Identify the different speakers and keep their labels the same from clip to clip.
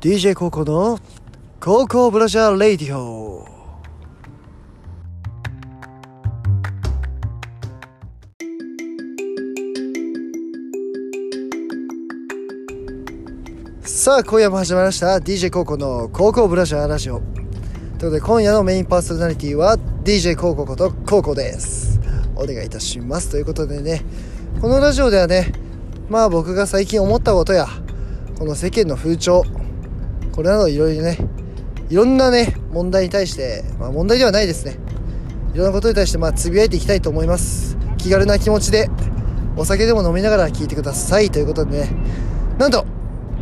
Speaker 1: DJ 高校の高校ブラジャーレディオさあ今夜も始まりました DJ 高校の高校ブラジャーラジオということで今夜のメインパーソナリティは DJ 高校こと高校ですお願いいたしますということでねこのラジオではねまあ僕が最近思ったことやこの世間の風潮これなどいろいろねいろんなね問題に対して、まあ、問題ではないですねいろんなことに対してまあつぶやいていきたいと思います気軽な気持ちでお酒でも飲みながら聞いてくださいということでねなんと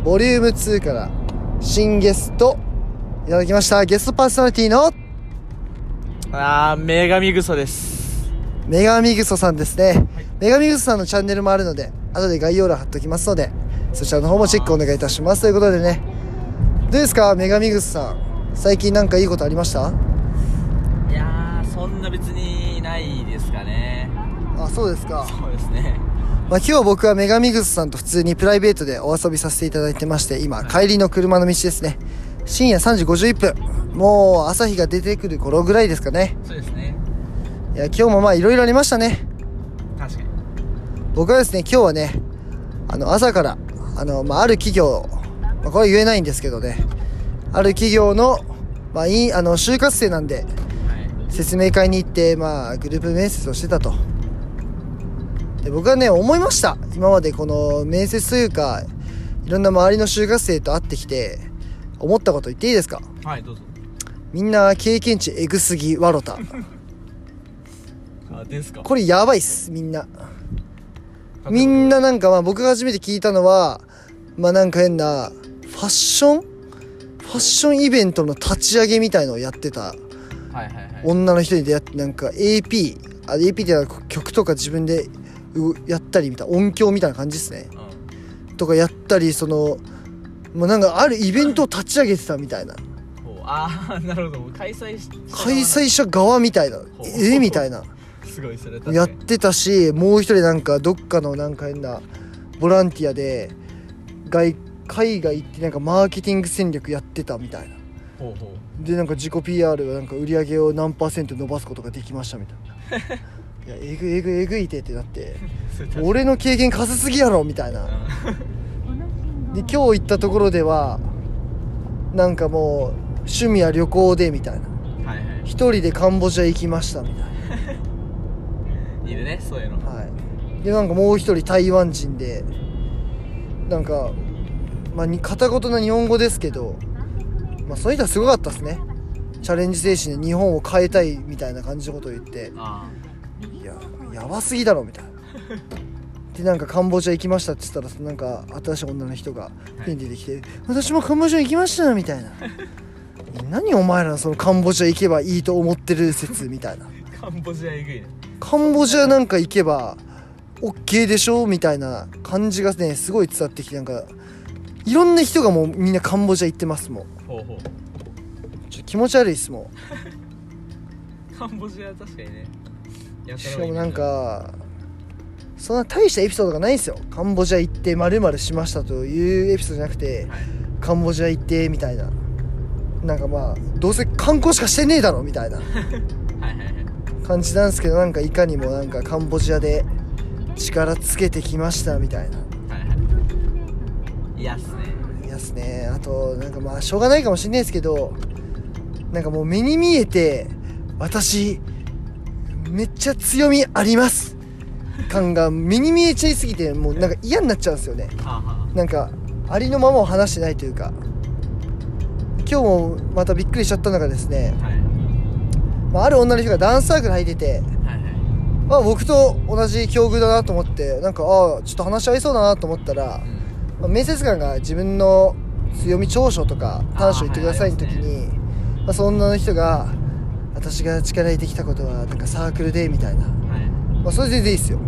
Speaker 1: ボリューム2から新ゲストいただきましたゲストパーソナリティの
Speaker 2: あー、女神グソです。
Speaker 1: 女神グソさんですね、女神グソさんのチャンネルもあるので後で概要欄貼っときますのでそちらの方もチェックお願いいたしますということでねどうですか女神グソさん最近なんかいいことありました
Speaker 2: いやー、そんな別にないですかね。
Speaker 1: あそうですか、
Speaker 2: そうですね。
Speaker 1: まあ、今日僕は女神グソさんと普通にプライベートでお遊びさせていただいてまして今帰りの車の道ですね深夜3時51分もう朝日が出てくる頃ぐらいですかね
Speaker 2: そうですね。
Speaker 1: いや今日もまあいろいろありましたね
Speaker 2: 確かに。
Speaker 1: 僕はですね今日はねあの朝からあの、まあ、ある企業、まあ、これは言えないんですけどねある企業の,、まあ、いいあの就活生なんで
Speaker 2: はい。
Speaker 1: 説明会に行って、まあ、グループ面接をしてたとで僕はね思いました今までこの面接というかいろんな周りの就活生と会ってきて思ったこと言っていいですか
Speaker 2: はい、どうぞ。
Speaker 1: みんな経験値エグすぎわろた
Speaker 2: あ、ですか。
Speaker 1: これやばいっすみんなみん
Speaker 2: な。
Speaker 1: ななんかまあ僕が初めて聞いたのはまあなんか変なファッションファッションイベントの立ち上げみたいのをやってた
Speaker 2: はいはいはい。
Speaker 1: 女の人に出会ってなんか AP あ AP ってのは曲とか自分でうやったりみたいな音響みたいな感じですね
Speaker 2: う。
Speaker 1: とかやったりそのもうなんかあるイベントを立ち上げてたみたいなん
Speaker 2: ほうあー、なるほど。もう開催し。
Speaker 1: 開催者側みたいなえみたいな
Speaker 2: すごい、それ。
Speaker 1: やっ
Speaker 2: 確か
Speaker 1: てたしもう一人なんかどっかのなんか変なボランティアで外海外行ってなんかマーケティング戦略やってたみたいな
Speaker 2: にほうほ
Speaker 1: でなんか自己 PR はなんか売り上げを何パーセント伸ばすことができましたみたいないやえぐいえぐいえぐいてってなって
Speaker 2: う。それ確かに
Speaker 1: 俺の経験かすすぎやろみたいなで今日行ったところではなんかもう趣味は旅行でみたいな
Speaker 2: うんはいは。
Speaker 1: 一人でカンボジア行きましたみたいない
Speaker 2: いるね、そういうの。
Speaker 1: はい、でなんかもう一人台湾人でなんか、まあ、に片言の日本語ですけど、まあ、その人はすごかったですねチャレンジ精神で日本を変えたいみたいな感じのことを言って
Speaker 2: あ
Speaker 1: いややばすぎだろみたいな。でなんかカンボジア行きましたって言ったらなんか新しい女の人が手に出てきて「私もカンボジア行きました」みたいな「何お前らのそのカンボジア行けばいいと思ってる説」みたいな
Speaker 2: あ。カンボジアえぐいね。
Speaker 1: カンボジアなんか行けば OK でしょみたいな感じがねすごい伝わってきてなんかいろんな人がもうみんなカンボジア行ってますもう
Speaker 2: ほうほう。
Speaker 1: ちょっと気持ち悪いっすも
Speaker 2: カンボジア、確かにね。や
Speaker 1: う
Speaker 2: たら
Speaker 1: し
Speaker 2: 多
Speaker 1: か
Speaker 2: い
Speaker 1: もなん。かそんな大したエピソードがないんですよカンボジア行ってまるしましたというエピソードじゃなくて
Speaker 2: はい
Speaker 1: カンボジア行ってみたいななんかまあどうせ観光しかしてねえだろみたいな
Speaker 2: はいはいはい。
Speaker 1: 感じなんですけどなんかいかにもなんかカンボジアで力つけてきましたみたいな
Speaker 2: はいはい。いやっすね。
Speaker 1: いやっすねあとなんかまあしょうがないかもしんないですけどなんかもう目に見えて私めっちゃ強みあります感が目に見えちゃいすぎてもうなんか嫌になっちゃうんですよね
Speaker 2: はあはあ。
Speaker 1: なんかありのままを話してないというか今日もまたびっくりしちゃったのがですね、
Speaker 2: はい
Speaker 1: まあ、ある女の人がダンスサークル入ってて、
Speaker 2: はいはい
Speaker 1: まあ、僕と同じ境遇だなと思ってなんかああちょっと話し合いそうだなと思ったら
Speaker 2: うん
Speaker 1: まあ面接官が自分の強み長所とか
Speaker 2: あー
Speaker 1: 短所言ってくださいの時
Speaker 2: はい
Speaker 1: にまあ、そんな人が私が力入れてきたことはなんかサークルでみたいな、ま
Speaker 2: はい
Speaker 1: あ、それ全然いいですよ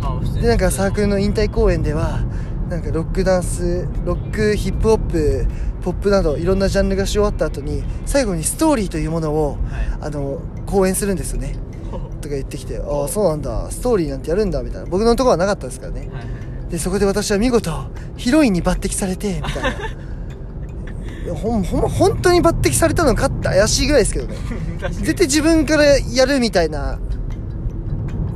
Speaker 2: まあ普通に
Speaker 1: でなんかサークルの引退公演ではなんかロックダンスロックヒップホップポップなどいろんなジャンルがし終わった後に最後にストーリーというものを
Speaker 2: はい
Speaker 1: あの公演するんですよね
Speaker 2: ほうほ
Speaker 1: とか言ってきてああそうなんだストーリーなんてやるんだみたいな僕のところはなかったですからね
Speaker 2: うはいはい
Speaker 1: でそこで私は見事ヒロインに抜擢されてみたいな ほんほん本当に抜擢されたのかって怪しいぐらいですけどね絶対自分からやるみたいな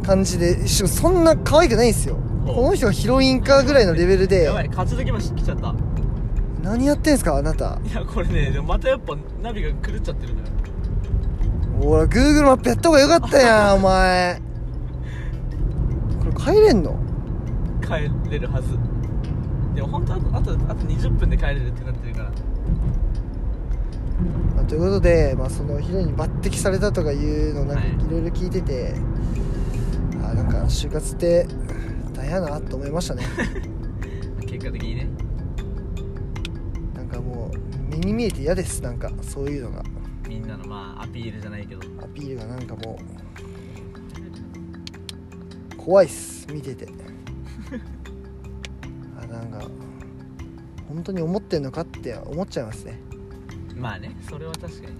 Speaker 1: 感じでしかもそんな可愛くないんですよ
Speaker 2: ほう
Speaker 1: この人がヒロインかぐらいのレベルで
Speaker 2: やばい勝ち抜きまし来ちゃった
Speaker 1: 何やってんすかあなた
Speaker 2: いやこれねでもまたやっぱナビが狂っちゃってるのよ
Speaker 1: ほら Google マップやった方がよかったやんお 前これ帰れんの
Speaker 2: 帰れるはずでも本当あとあとあと20分で帰れるってなってるから
Speaker 1: まあということで、まあ、そのヒロインに抜擢されたとかいうのをなんか
Speaker 2: はい
Speaker 1: いろいろ聞いてて、あーなんか就活って大変やなと思いま したね
Speaker 2: 結果的にね
Speaker 1: なんかもう目に見えて嫌ですなんかそういうのが
Speaker 2: みんなのまあアピールじゃないけど
Speaker 1: アピールがなんかもう怖いっす見てて あなんか本当に思ってんのかって思っちゃいますね
Speaker 2: まあねそれは確かに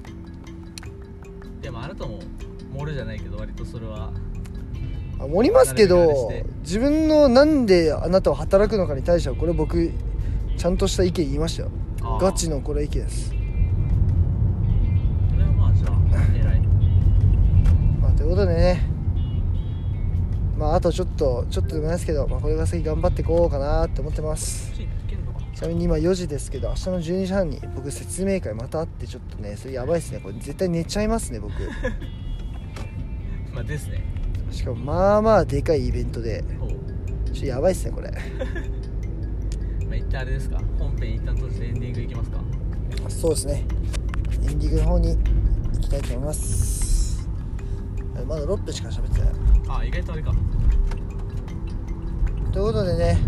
Speaker 2: でもあなたも盛るじゃないけど割とそれは
Speaker 1: あ盛りますけ
Speaker 2: なるべく
Speaker 1: ど
Speaker 2: あれして
Speaker 1: 自分のなんであなたは働くのかに対してはこれ僕ちゃんとした意見言いましたよ
Speaker 2: あー
Speaker 1: ガチのこれ意見です、
Speaker 2: それはまあじゃあ偉い
Speaker 1: まあ、ということでねまああとちょっとちょっとでもないですけど、まあ、これから先頑張っていこうかなって思ってます
Speaker 2: ついていけんのか
Speaker 1: ちなみに今4時ですけど明日の12時半に僕説明会またあってちょっとねそれやばいですねこれ絶対寝ちゃいますね 僕
Speaker 2: まあですね
Speaker 1: しかもまあまあでかいイベントで
Speaker 2: ほう
Speaker 1: ちょっとやばいですねこれ
Speaker 2: まあ一旦あれですか本編一旦閉じてエンディングいきますか
Speaker 1: そうですねエンディングの方に行きたいと思いますあれまだ6分しか喋ってない
Speaker 2: あ意外とあれか
Speaker 1: ということでね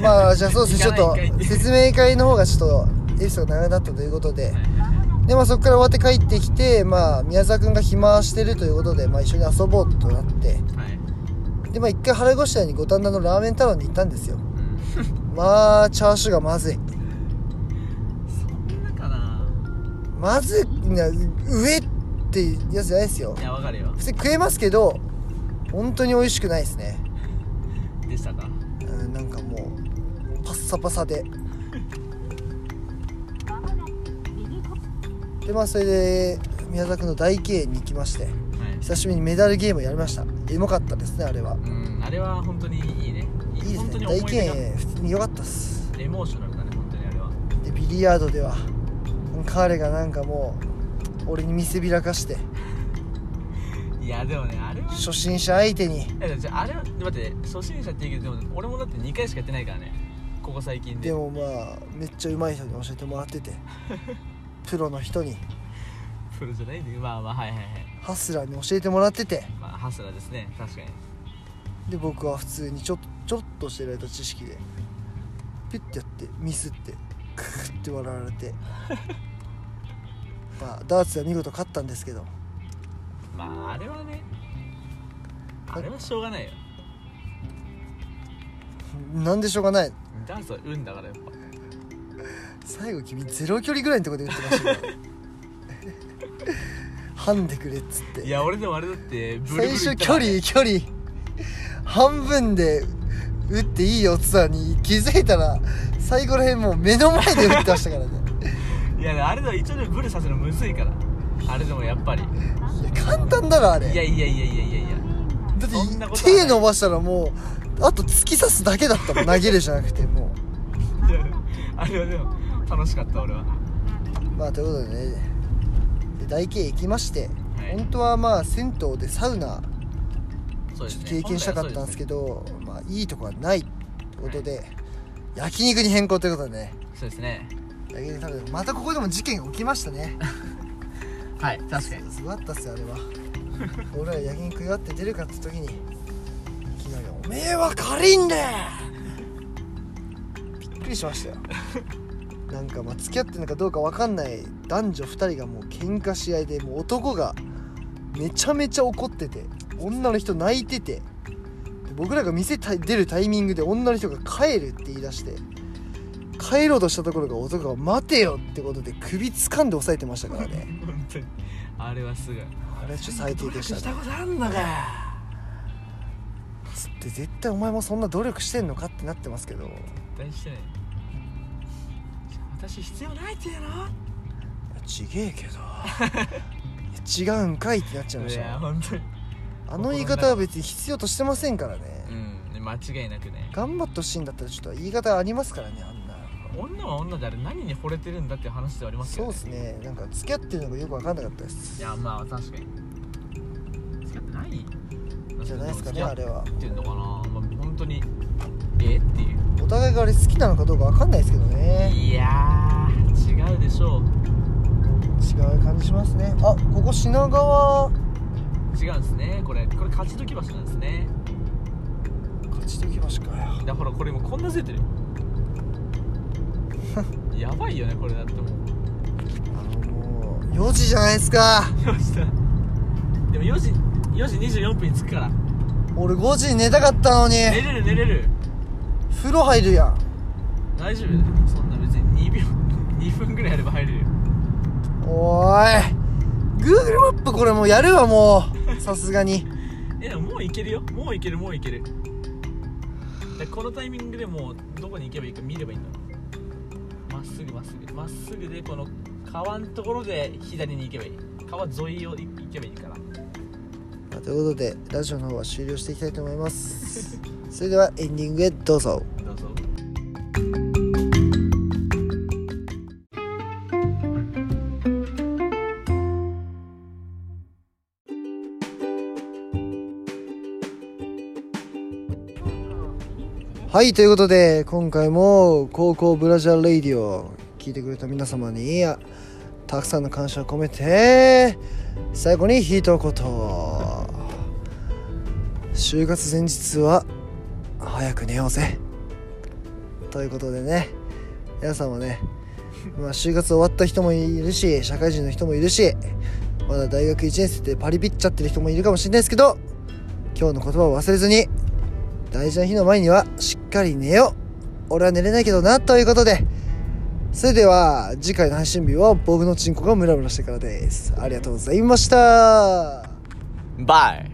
Speaker 1: まあじゃあそうですねちょっ
Speaker 2: 行か
Speaker 1: と
Speaker 2: ないんかいって
Speaker 1: 説明会の方がちょっとエピソード長かったということで、でまあそこから終わって帰ってきてまあ宮沢くんが暇してるということで、まあ、一緒に遊ぼうとなって
Speaker 2: はい、
Speaker 1: でまあ一回腹ごしらえに五反田のラーメン太郎に行ったんですよ
Speaker 2: うん、
Speaker 1: まあチャーシューがまずい
Speaker 2: そんなかな
Speaker 1: まずいな上ってやつじゃないですよ
Speaker 2: いやわかるよ
Speaker 1: 普通に食えますけど本当に美味しくないですね
Speaker 2: でしたか
Speaker 1: うんなんかもうパッサパサででまあそれで宮沢君の大慶に行きまして
Speaker 2: はい
Speaker 1: 久しぶりにメダルゲームやりましたエモかったですねあれは
Speaker 2: うんあれは本当にいいね
Speaker 1: いいです
Speaker 2: 本
Speaker 1: ね
Speaker 2: 当に
Speaker 1: 大
Speaker 2: 思い出が
Speaker 1: 慶普通に良かったっす
Speaker 2: エモーショナルだね本当にあれは
Speaker 1: でビリヤードでは彼がなんかもう俺に見せびらかして
Speaker 2: いやでもねあれは
Speaker 1: 初心者相手に
Speaker 2: いやじゃああれは待って初心者って言うけどでも俺もだって2回しかやってないからねここ最近で
Speaker 1: でもまあめっちゃうまい人に教えてもら っててプロの人に
Speaker 2: プロじゃないんだけどまあまあはいはいはい
Speaker 1: ハスラーに教えてもらってて
Speaker 2: まあハスラーですね確かに
Speaker 1: で僕は普通にちょちょっとしてられた知識でピュッてやってミスってクッて笑われて まあダーツは見事勝ったんですけど
Speaker 2: まああれはねあれはしょうがないよ
Speaker 1: なんでしょうがない
Speaker 2: ダンスは運だからやっぱ
Speaker 1: 最後君ゼロ距離ぐらいのところで打ってましたけど ハンでくれっつって
Speaker 2: いや俺でもあれだってブ
Speaker 1: 最
Speaker 2: ルブル
Speaker 1: 初
Speaker 2: いった
Speaker 1: 距
Speaker 2: から
Speaker 1: 離
Speaker 2: ね
Speaker 1: 距離半分で打っていいよっつったのに気づいたら最後らへんもう目の前で打ってましたからね
Speaker 2: いやあれでも一応でもブルさせるのむずいからあれでもやっぱりい
Speaker 1: いや簡単だろあれ
Speaker 2: やいやいやいやいやい や
Speaker 1: だって
Speaker 2: そんなことはない
Speaker 1: 手伸ばしたらもうあと突き刺すだけだったもん投げるじゃなくても
Speaker 2: いやあれはでも楽しかった俺は
Speaker 1: うまあということでねで大慶行きまして、
Speaker 2: はい
Speaker 1: 本当はまあ銭湯でサウナ
Speaker 2: そうで
Speaker 1: ちょ
Speaker 2: す
Speaker 1: っ
Speaker 2: ね
Speaker 1: と経験したかったんですけ
Speaker 2: ど
Speaker 1: ど、まあいいとこはないってことで、焼肉に変更ということでね
Speaker 2: そうですね
Speaker 1: 焼肉食べてまたここでも事件が起きましたね
Speaker 2: はい確かに
Speaker 1: すごかったっすよあれは 俺ら焼肉食って出るかって時にいきなり「おめえは借りんねびっくりしました よなんかまあ付き合ってるのかどうか分かんない男女2人がもう喧嘩し合いでもう男がめちゃめちゃ怒ってて女の人泣いててで僕らが店た出るタイミングで女の人が帰るって言い出して帰ろうとしたところが男が「待てよ」ってことで首掴んで押さえてましたからね
Speaker 2: 本当にあれはすごい
Speaker 1: あれちょっと最低でしたね
Speaker 2: 努力ことあんのか
Speaker 1: つって絶対お前もそんな努力してんのかってなってますけど
Speaker 2: 絶対してない私必要ないっていうの
Speaker 1: ちげえけど違うんかいってなっちゃいま
Speaker 2: い
Speaker 1: した
Speaker 2: や
Speaker 1: ね
Speaker 2: 本当に
Speaker 1: あの言い方は別に必要としてませんからね、
Speaker 2: うん間違いなくね
Speaker 1: 頑張ってほしいんだったらちょっと言い方ありますからねあんな
Speaker 2: 女は女であれ何に惚れてるんだっていう話ではあります
Speaker 1: そ
Speaker 2: よ
Speaker 1: う
Speaker 2: ね
Speaker 1: ですねなんか付き合ってるのがよく分かんなかったです
Speaker 2: いやまあ確かに付き合ってない
Speaker 1: じゃないですか
Speaker 2: 付き
Speaker 1: ね
Speaker 2: 合
Speaker 1: あ
Speaker 2: っ
Speaker 1: れは
Speaker 2: てんのかな、まあ、本当にえっていう
Speaker 1: お互いがあれ好きなのかどうか分かんないですけどね
Speaker 2: いやー違うでしょう
Speaker 1: 違う感じしますねあここ品川
Speaker 2: 違うんですねこれこれ勝ち時橋なんですね
Speaker 1: 勝ちてきましたかよ
Speaker 2: だからこれもうこんなつい てるやばいよねこれだってもう
Speaker 1: あのもう4時じゃないですか
Speaker 2: よしだでも4時4時24分に着くから
Speaker 1: 俺5時に寝たかったのに
Speaker 2: 寝れる寝れる
Speaker 1: 風呂入るやん
Speaker 2: 大丈夫だよそんな別に2秒2分ぐらいやれば入れるよ
Speaker 1: おーい Google マップこれもうやるわもうさすがに
Speaker 2: えでももういけるよもういけるもういけるでこのタイミングでもうどこに行けばいいか見ればいいんだまっすぐまっすぐまっすぐでこの川のところで左に行けばいい川沿いを行けばいいから
Speaker 1: まあということでラジオの方は終了していきたいと思いますそれではエンディングへどうぞ
Speaker 2: どうぞ
Speaker 1: はいということで今回も高校ブラジャーレイディオ聞いてくれた皆様にあたくさんの感謝を込めて最後に一言就活前日は早く寝ようぜということでね皆さんもね、まあ、就活終わった人もいるし社会人の人もいるしまだ大学1年生でパリピっちゃってる人もいるかもしれないですけど今日の言葉を忘れずに大事な日の前にはしっかり寝よう俺は寝れないけどなということでそれでは次回の配信日は僕のチンコがムラムラしてからですありがとうございました
Speaker 2: バイ